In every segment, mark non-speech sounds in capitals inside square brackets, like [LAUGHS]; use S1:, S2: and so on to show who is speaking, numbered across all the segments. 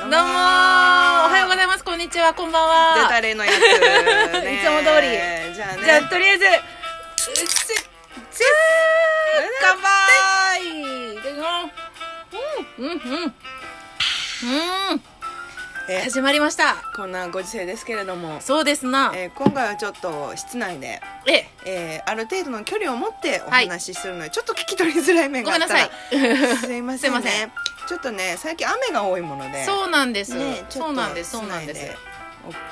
S1: どうもーおはようございますこんにちはこんばん
S2: 出
S1: は
S2: たれのやつね
S1: いつも通り
S2: じゃあね
S1: じゃあとりあえず
S2: 乾杯
S1: うんうんうんうん
S2: え
S1: 始まりました
S2: こんなご時世ですけれども、
S1: そうですな
S2: えー今回はちょっと室内で、
S1: え
S2: えーある程度の距離を持ってお
S1: はい
S2: 話しするので、ちょっと聞き取りづらい面
S1: ご
S2: があ
S1: め
S2: っ
S1: ん
S2: た
S1: な
S2: ら
S1: さい
S2: [LAUGHS] すいませ
S1: すい
S2: ん
S1: ま
S2: ね
S1: せん
S2: ちょっとね最近雨が多いもので
S1: そうなんです
S2: ねちょ
S1: そ
S2: っと
S1: うなんですそう
S2: 室
S1: なん
S2: 内
S1: で
S2: です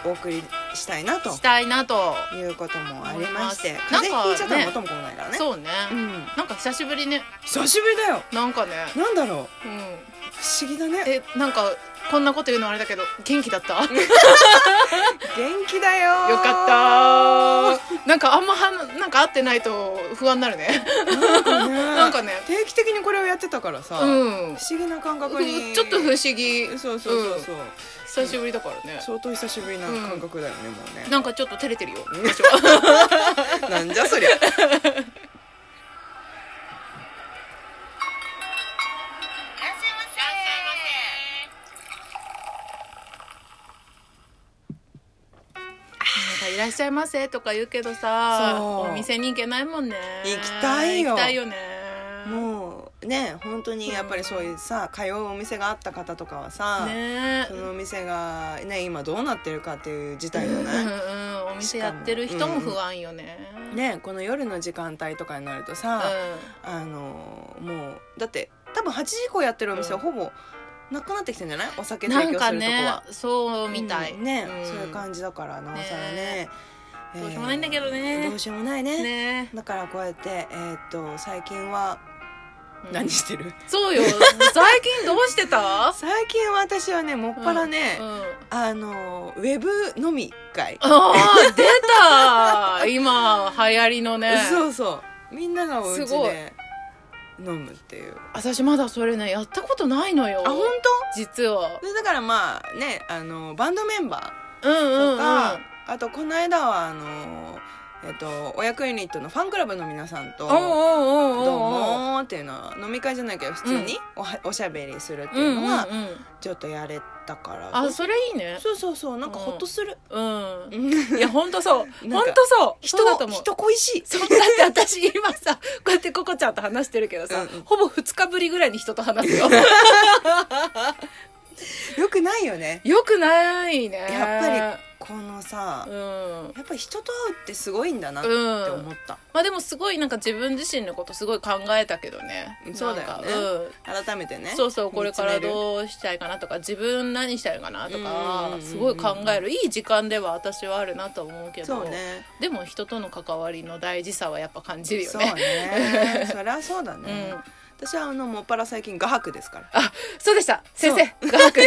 S2: おお送りしたいなと
S1: したいなと
S2: いうこともありまして
S1: 思います
S2: 風邪ひいちゃったら
S1: なん
S2: 元
S1: か
S2: も子もないからね
S1: そうね
S2: うん
S1: なんか久しぶりね
S2: 久しぶりだよ
S1: なんかね
S2: なんだろう
S1: うん
S2: 不思議だね
S1: えなんかこんなこと言うのはあれだけど元気だったよ
S2: 元気だよー
S1: かったなんかあんまはなんか会ってないと不安になるね
S2: なんかね
S1: なんかね
S2: 定期的にこれをやってたからさ、
S1: うん
S2: 不思議な感覚に
S1: ちょっと不思議
S2: そうそうそうそう、
S1: 久しぶりだからね
S2: 相当久しぶりな感覚だよね、もうね
S1: なんかちょっと照れてるよ
S2: [LAUGHS] なんじゃそりゃ
S1: なんか「いらっしゃいませ」とか言うけどさ
S2: そう
S1: お店に行けないもんね
S2: 行きたいよ
S1: 行きたいよね
S2: もうね本当にやっぱりそういうさ通うお店があった方とかはさ、
S1: ね
S2: そのお店がね今どうなってるかっていう事態じゃ
S1: うん
S2: ない、
S1: うんお店やってる人も不安よね
S2: ねこの夜の時間帯とかになると
S1: うん
S2: さ、あのもうだって多分8時以降やってるお店はほぼなくなってきてんじゃないお酒提
S1: な
S2: 供す
S1: ん
S2: るとこ
S1: か
S2: は、
S1: ねそうみたい
S2: うんね、
S1: ん
S2: そういう感じだからなおさらね
S1: ね
S2: えー
S1: どうしようもないんだけどね
S2: どうしようもないね
S1: ね
S2: だからこうやってえーっと最近は
S1: うん
S2: 何してる、
S1: そうよ最近どうしてた
S2: 最近は私はねもっぱらね、
S1: うん
S2: あのウェブ飲み会、
S1: ああ出た今流行りのね
S2: そうそうみんながお
S1: す
S2: 家
S1: ごい
S2: で飲むっていう
S1: 私まだそれねやったことないのよ
S2: あ本
S1: 実は
S2: 当でだからまあねあのバンドメンバー
S1: うんうんう
S2: と
S1: ん
S2: か、あとこの間はあのえっとお役ユニットのファンクラブの皆さんと
S1: おうおうおうおう
S2: どうもーっていうのは飲み会じゃないけど普通におはおしゃべりするっていうのは
S1: うんうんうん
S2: ちょっとやれたから、
S1: あそれいいね
S2: そうそうそうなんかほっとす
S1: [LAUGHS]
S2: る、
S1: うん
S2: うん、
S1: いや本当そう
S2: なん
S1: 本
S2: か
S1: 当そう
S2: 人
S1: そうだと思う
S2: [LAUGHS] 人恋しい
S1: そうだって私今さこうやってココちゃんと話してるけどさ、
S2: うんうん
S1: ほぼ2日ぶりぐらいに人と話す
S2: [LAUGHS]
S1: よ
S2: よくないよね
S1: よくないね
S2: やっぱりこのさ、
S1: うん
S2: やっぱり人と会うってすごいんだなって
S1: うん
S2: 思った、
S1: まあでもすごいなんか自分自身のことすごい考えたけどね
S2: そうだよね
S1: なんかうん
S2: 改めてね
S1: そうそうこれから
S2: 見つめる
S1: どうしたいかなとか自分何したいかなと
S2: うんうんうん
S1: か
S2: うん
S1: すごい考えるいい時間では私はあるなと思うけど
S2: そうね
S1: でも人との関わりの大事さはやっぱ感じるよ
S2: そう
S1: ね。 [LAUGHS]
S2: ねそりゃそうだね、
S1: うん
S2: 私はあのもっぱら最近画伯ですから
S1: あそうでした先生画 [LAUGHS] 伯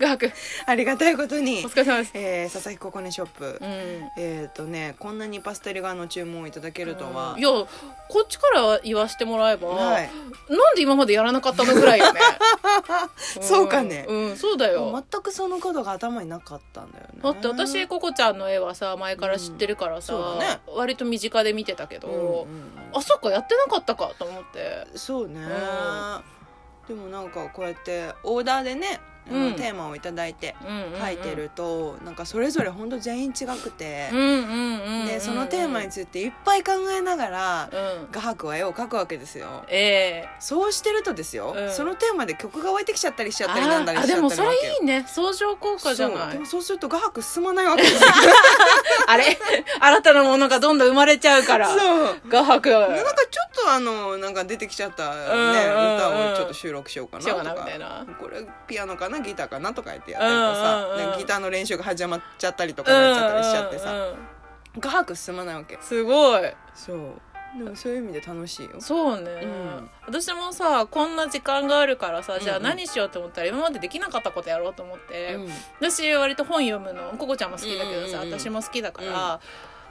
S1: 画伯
S2: ありがたいことに
S1: お、疲れ様です。
S2: えー、佐々木ココネショップ、
S1: うん
S2: えっ、とねこんなにパステル画の注文をいただけるとは、
S1: いやこっちから言わしてもらえば、
S2: はい
S1: なんで今までやらなかったのぐらいよねん
S2: [LAUGHS] そうかね
S1: うんそうだよ、
S2: 全くそのことが頭になかったんだよね
S1: だって私ココちゃんの絵はさ前から知ってるからさ、
S2: うんそうだね
S1: 割と身近で見てたけど、
S2: うんうんうん
S1: あそっかやってなかったかと思って
S2: そうね、
S1: ん
S2: でもなんかこうやってオーダーでね、あの
S1: うん
S2: テーマをいただいて書
S1: 書
S2: いてると、なんかそれぞれ本当全員違くて
S1: うん、うんうんうん
S2: でそのテーマについていっぱい考えながら
S1: うん
S2: 画伯は絵を描くわけですよ
S1: ええ
S2: そうしてるとですよ、
S1: うん
S2: そのテーマで曲が湧いてきちゃったりしちゃったりなんだ
S1: あ
S2: り
S1: あ
S2: しち
S1: で
S2: ゃっ
S1: も
S2: た
S1: そ
S2: りわ
S1: れ
S2: けよ
S1: いいね相乗効果じゃ
S2: そう
S1: な
S2: で
S1: い
S2: もそうすると画伯進まないわ
S1: [LAUGHS]
S2: けですよ
S1: あれ [LAUGHS] 新たなものがどんどん生まれちゃうから
S2: そう
S1: 画伯
S2: なんかちょっとあのなんか出てきちゃったね、
S1: うんうん
S2: 歌をちょっと収録しようかな
S1: しよ
S2: と
S1: う
S2: か
S1: かなみたいな
S2: これピアノかなギターかなとか言ってやってるとさ、
S1: うんうんうん
S2: でギターの練習が始まっちゃったりとかなっちゃったりしちゃってさ、
S1: うんうんうん
S2: 画伯進まないわけ
S1: すごい
S2: そうでもそういう意味で楽しいよ
S1: そうね、
S2: ん
S1: 私もさこんな時間があるからさじゃあ
S2: うんうん
S1: 何しようと思ったら今までできなかったことやろうと思って、
S2: うん
S1: 私割と本読むのココちゃんも好きだけどさ、
S2: うんうんうん
S1: 私も好きだから、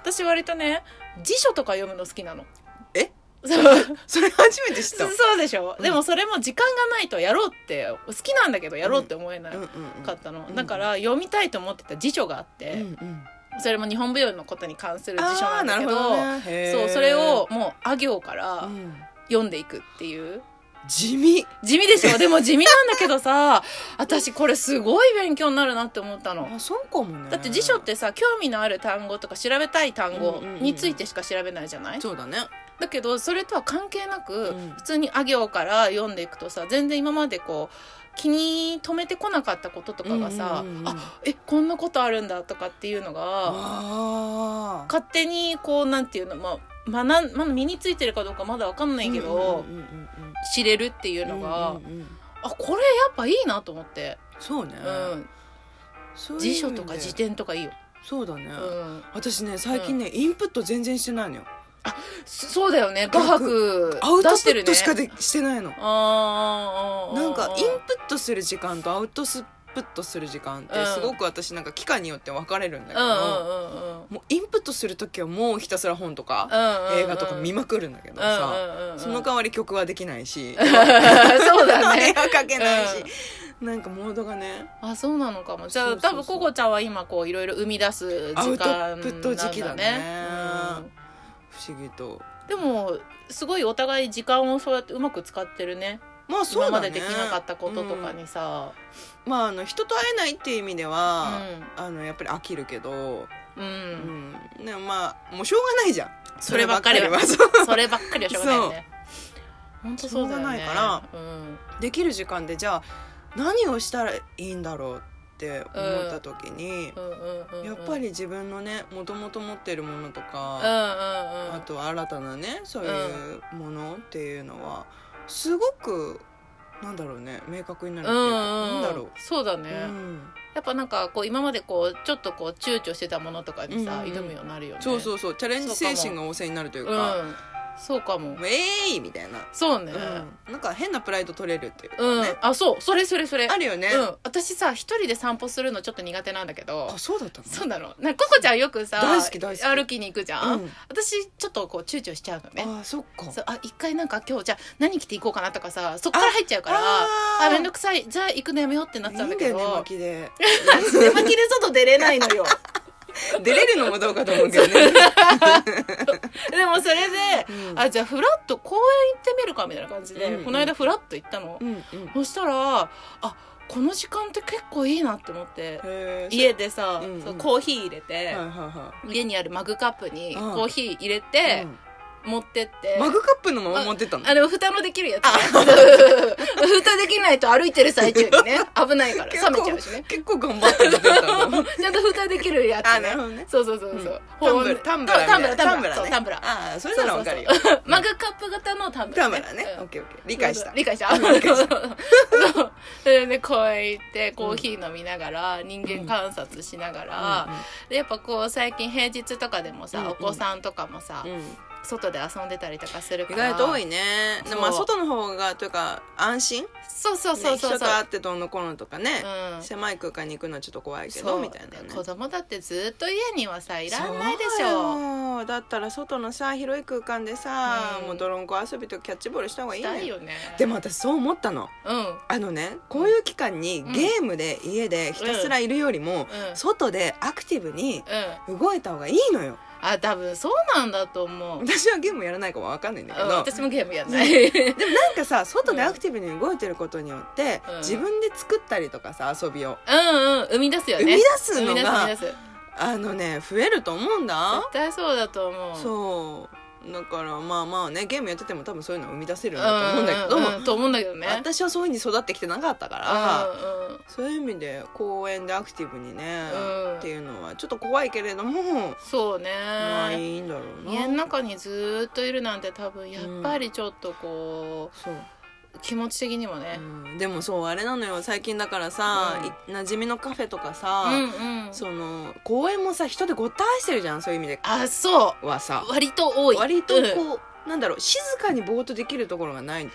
S1: 私割とね辞書とか読むの好きなの
S2: え
S1: そう
S2: それ初めて知った
S1: そそうでしょ、でもそれも時間がないとやろうって好きなんだけどやろうって思えな
S2: うんうん
S1: かったの、だから読みたいと思ってた辞書があっ
S2: う
S1: て、
S2: んうん
S1: それも日本舞踊のことに関する辞書
S2: あ
S1: な
S2: あ
S1: んだ
S2: な
S1: け
S2: るほ
S1: ど
S2: どねへー
S1: そうそれをもうあ行か
S2: う
S1: ら
S2: ん
S1: 読んでいくっていう
S2: 地味
S1: 地味でしょでも地味なんだけどさ [LAUGHS] 私これすごい勉強になるなって思ったの
S2: あそうかもね
S1: だって辞書ってさ興味のある単語とか調べたい単語についてしか調べないじゃない、
S2: そうだね
S1: だけどそれとは関係なく、
S2: うん
S1: 普通にあ行から読んでいくとさ全然今までこう気に留めてこなかったこととかがさ、
S2: うんうんうん
S1: あえこんなことあるんだとかっていうのが
S2: あ
S1: 勝手にこうなんていうのまあ学んまだ身についてるかどうかまだわかんないけど、
S2: うんうんうんうん
S1: 知れるっていうのが、
S2: うんうんうん
S1: あこれやっぱいいなと思って、
S2: そうね、
S1: うん
S2: そういう意
S1: 辞
S2: 味で
S1: 書とか辞典とかいいよ、
S2: そうだね、
S1: うん、
S2: 私ね最近ね、インプット全然してないのよ
S1: そそうだよね画伯
S2: アウ
S1: 出
S2: ト
S1: して
S2: プ
S1: る
S2: ッ
S1: ね
S2: トしかで、してないの
S1: あーあーあー
S2: なん
S1: あ
S2: かイ
S1: ー
S2: ンプットする時間とアウトプットする時間って
S1: うん
S2: すごく私なんか期間によって分かれるんだけ
S1: う
S2: ど、
S1: んうんうんうん
S2: もうインプットする時はもうひたすら本とか、映
S1: 映
S2: 画とか見まくるんだけどさ、その代わり曲はできないし
S1: [LAUGHS] そうだ
S2: 絵 [LAUGHS]
S1: ね
S2: は描けないし、なんかモードがね
S1: あそうなのかもじゃ
S2: そ
S1: あ
S2: うそう
S1: 多
S2: そう
S1: 分ココちゃんは今こういろいろ生み出す時間
S2: アウトプット時期だね
S1: なんだね
S2: 不思議と
S1: うんでもすごいお互い時間をそうやってうまく使ってるね
S2: まあそう
S1: 今ま
S2: だ、ね、
S1: でできなかったこととか
S2: うん
S1: にさ
S2: まああの人と会えないっていう意味で
S1: う
S2: は、
S1: ん
S2: あのやっぱり飽きるけど、
S1: う
S2: うんんでもまあもうしょうがないじゃん
S1: そればっかりは
S2: そればっか [LAUGHS] りは
S1: そればっかりはしょうがないよね本当そうだよね
S2: しょうがないから
S1: うん
S2: できる時間でじゃあ何をしたらいいんだろうって思った時に、
S1: うんうんうんうん
S2: やっぱり自分のねもともと持ってるものと
S1: うんうん
S2: か、
S1: うん
S2: あとは新たなねそういううものっていうのはすごくなんだろうね明確になるっていう
S1: う
S2: か、
S1: ん
S2: な
S1: うん
S2: んだろう、
S1: そうだね
S2: うん、
S1: やっぱなんかこう今までこうちょっとこう躊躇してたものとかにさ、
S2: うんうん
S1: 挑むようになるよね
S2: そうそううそうチャレンジ精神が旺盛になるというか
S1: んそうかも
S2: 「えい!」みたいな、
S1: そうね
S2: うん、なんか変なプライド取れるっていう
S1: うん、
S2: かね、
S1: あそうそれそれそれ
S2: あるよね、
S1: うん私さ一人で散歩するのちょっと苦手なんだけど
S2: あそうだったの
S1: そうなのなんかココちゃんよくさ
S2: 大好き大好き
S1: 歩きに行くじゃん、
S2: うん
S1: 私ちょっとこう躊躇しちゃうのね
S2: あそっか
S1: そうあ一回なんか今日じゃあ何着ていこうかなとかさそっから入っちゃうから
S2: あ
S1: あ
S2: ー
S1: 面倒くさいじゃあ行くのやめようってなっちゃうんだけど
S2: いいん
S1: [LAUGHS]
S2: だよ寝巻きで [LAUGHS]
S1: 寝巻きで外出れないのよ
S2: 出れるのもどうかと思うけどね、
S1: でもそれで
S2: うん
S1: あじゃあフラッと公園行ってみるかみたいな感じで、
S2: うんうん
S1: この間フラッと行ったの、
S2: うんうんへ
S1: そしたらあこの時間って結構いいなって思って
S2: え
S1: 家でさ、
S2: うんうん
S1: そうコーヒー入れて、
S2: はいはいは
S1: 家にあるマグカップに
S2: うん
S1: コーヒー入れ
S2: い
S1: て
S2: う、ん
S1: 持ってって
S2: マグカップのまま持ってったの
S1: あの蓋のできるやつ、ね、 [LAUGHS] 蓋できないと歩いてる最中に
S2: [LAUGHS]
S1: ね危ないから
S2: 結
S1: 冷
S2: 構
S1: めちゃうしね
S2: 結構頑張って持ってったの
S1: ちゃんと蓋できるやつ、ね、
S2: [LAUGHS] あなるほどね
S1: そうそうそうそう、
S2: タ
S1: 保
S2: ンブ
S1: 温
S2: ラタンブラーみたいな
S1: タンブラーそうタンブラー
S2: ああーそれならわかるよ
S1: そうそうそうマグカップ型のタンブラ
S2: タ
S1: ー
S2: ンブラー [LAUGHS] ね
S1: うん
S2: オッケーオッケー理解した
S1: 理解した。
S2: [LAUGHS] 理解した
S1: そうそれで公園行ってコーヒー飲みながら、人間観察しながら、でやっぱこう最近平日とかでもさ、
S2: うんうん
S1: お子さんとかもさ、
S2: うんうんうん
S1: 外で遊んでたりとかするか
S2: 意
S1: ら
S2: 外と多いねで
S1: そう
S2: まあ外の方がというか安心
S1: そうそうそうそう
S2: ね
S1: そ
S2: 人と会っ
S1: う、
S2: てどうのこうのとかね、
S1: うん
S2: 狭い空間に行くのはちょっと怖いけ
S1: そ
S2: ど
S1: う
S2: みたいなね
S1: 子供だってずっと家にはさい
S2: い
S1: らんないでしょ
S2: だったら外のさ広い空間でさ、
S1: うん
S2: もう泥んこ遊びとキャッチボールした方がいい
S1: した
S2: ね
S1: いよね
S2: でも私そう思ったの
S1: うんうん
S2: あのねこういう期間に
S1: うん
S2: ゲームで家でひたすらいるよりも、
S1: うん
S2: 外でアクティブに動いた方がいいのよ
S1: あ多分そうなんだと思う、うん、
S2: 私はゲームやらないから分かんないんだけどなん
S1: 私もゲームやんない
S2: かさ外でアクティブに動いてることによって、
S1: うん
S2: 自分で作ったりとかさ遊びを
S1: うんうん生み出すよね
S2: 生み出すの
S1: 生み出
S2: が
S1: す生み出す
S2: あのね増えると思うんだ
S1: 絶対そうだと思う
S2: そうだからまあまあねゲームやってても多分そういうの生み出せるんだと思うんだけど、
S1: うんうんうんと思うんだけどね
S2: 私はそういうふうに育ってきてなかったから、
S1: う
S2: そういう意味で公園でアクティブにね、
S1: うん
S2: っていうのはちょっと怖いけれども、
S1: んそうね、
S2: まあいいんだろうな
S1: 家の中にずーっといるなんて多分やっぱりちょっとこ
S2: そう、
S1: う、気持ち的にもね、
S2: うんでもそうあれなのよ最近だからさ、い馴染みのカフェとかさ、
S1: うんうん
S2: その公園もさ人でごった返してるじゃんそういう意味で
S1: あそ
S2: はさ
S1: う割と多い
S2: 割とこ
S1: うん
S2: う、なんだろう静かにぼーっとできるところがない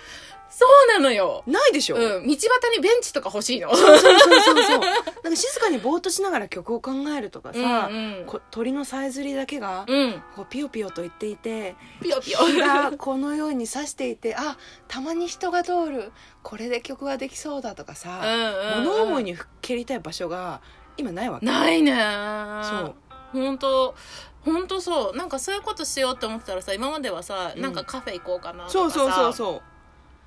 S1: そうなのよ、
S2: ないでし
S1: う
S2: ょ、
S1: ん、道端にベンチとか欲しいの
S2: そうそうそうそうそうなんか静かにぼーっとしながら曲を考えるとかさ、
S1: うんうん
S2: こ鳥のさえずりだけが、
S1: うん
S2: こうピヨピヨと言っていて
S1: ピヨピヨ
S2: 日がこのようにさしていてあたまに人が通るこれで曲ができそうだとか
S1: うん
S2: さ、
S1: うんうん
S2: 物思いにふっけりたい場所が今ないわけ
S1: ないね
S2: そう
S1: 本当本当そうなんかそういうことしようって思ってたらさ今まではさ、
S2: うん
S1: なんかカフェ行こうかなとかさ
S2: そうそうそうそう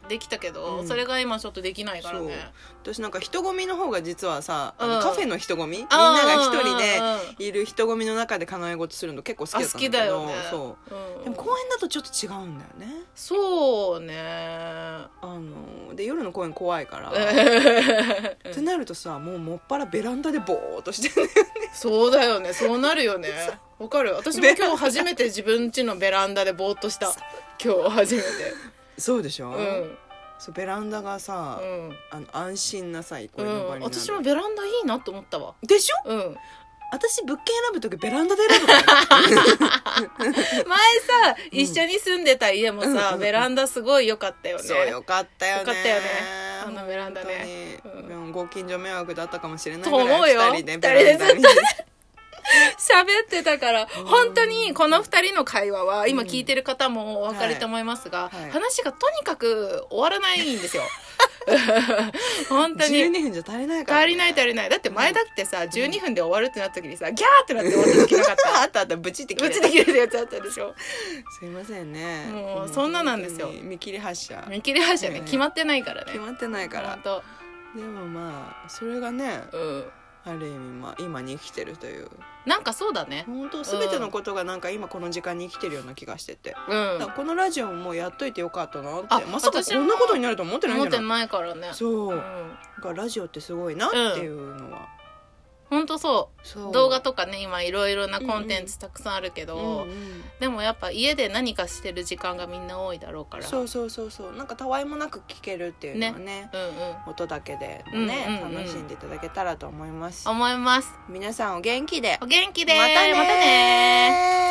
S1: できたけど、
S2: うん
S1: それが今ちょっとできないからね
S2: 私なんか人混みの方が実はさ、あ
S1: う
S2: の
S1: ん
S2: カフェの人混みみんな
S1: あー
S2: が一人
S1: うんうんうん
S2: でいる人混みの中で考え事するの結構好きだ
S1: あ
S2: ったん
S1: 好
S2: だけ
S1: き
S2: ど
S1: だよね
S2: そううんでも公園だとちょっと違うんだよね
S1: そうね
S2: あので夜の公園怖いか
S1: [LAUGHS]
S2: ら、ってなるとさもうもっぱらベランダでぼーっとしてね
S1: そうだよねそうなるよねわかる私も今日初めて自分家のベランダでぼーっとした今日初めて
S2: そうでしょ、
S1: うん
S2: そうベランダがさ、
S1: うん
S2: あの安心なさ憩
S1: う
S2: い
S1: ん、
S2: の場になる、
S1: 私もベランダいいなと思ったわ
S2: でしょ
S1: うん
S2: 私物件選ぶ時ベランダで選ぶから
S1: 前さ一緒に住んでた家も
S2: うんうんうん
S1: さ
S2: うん
S1: ベランダすごい良かったよね
S2: そうよかったよね
S1: よかったよねあのベランダね
S2: 本当に
S1: う
S2: もうご近所迷惑だったかもしれない
S1: と思うよ
S2: 2人でベランダに
S1: 喋ってたから本当にこの2人の会話は今聞いてる方もお分かりと思いますが、
S2: はいはい
S1: 話がとにかく終わらないん [LAUGHS] ですよ本当に
S2: 12分じゃ足りないから
S1: 足りない足りないだって前だってさ12分で終わるってなった時にさギャーってなって終わった時なかった
S2: [LAUGHS] あったあったブチって切
S1: ぶ
S2: れ
S1: ちで切れるやつあったでしょ
S2: すいませんね
S1: もうそんななんですよ
S2: 本当に見切り発車
S1: [LAUGHS] 見切り発車
S2: ね
S1: ね決まってないからね
S2: 決まってないから
S1: 本当
S2: でもまあそれがね
S1: うん
S2: ある意味まあ今に生きてるという
S1: なんかそうだね
S2: 本当全てのことがなんか今この時間に生きてるような気がしてて、
S1: うん
S2: だからこのラジオもやっといてよかったなって
S1: あ
S2: まさか
S1: 私
S2: こ
S1: も
S2: んなことになると思ってないん
S1: 思って
S2: じゃない
S1: ないからね
S2: そう、
S1: う
S2: だ
S1: ん
S2: からラジオってすごいなっていうのは、
S1: 本当そ
S2: そうう
S1: 動画とかね今いろいろなコンテンツたくさんあるけど、
S2: うんうん
S1: でもやっぱ家で何かしてる時間がみんな多いだろうから
S2: そうそうそうそうなんかたわいもなく聞けるっていうのはね
S1: うんうん
S2: 音だけでもね、
S1: うんうんうん
S2: 楽しんでいただけたらと思います
S1: 思います
S2: 皆さんお元気で
S1: お元気でー
S2: またねー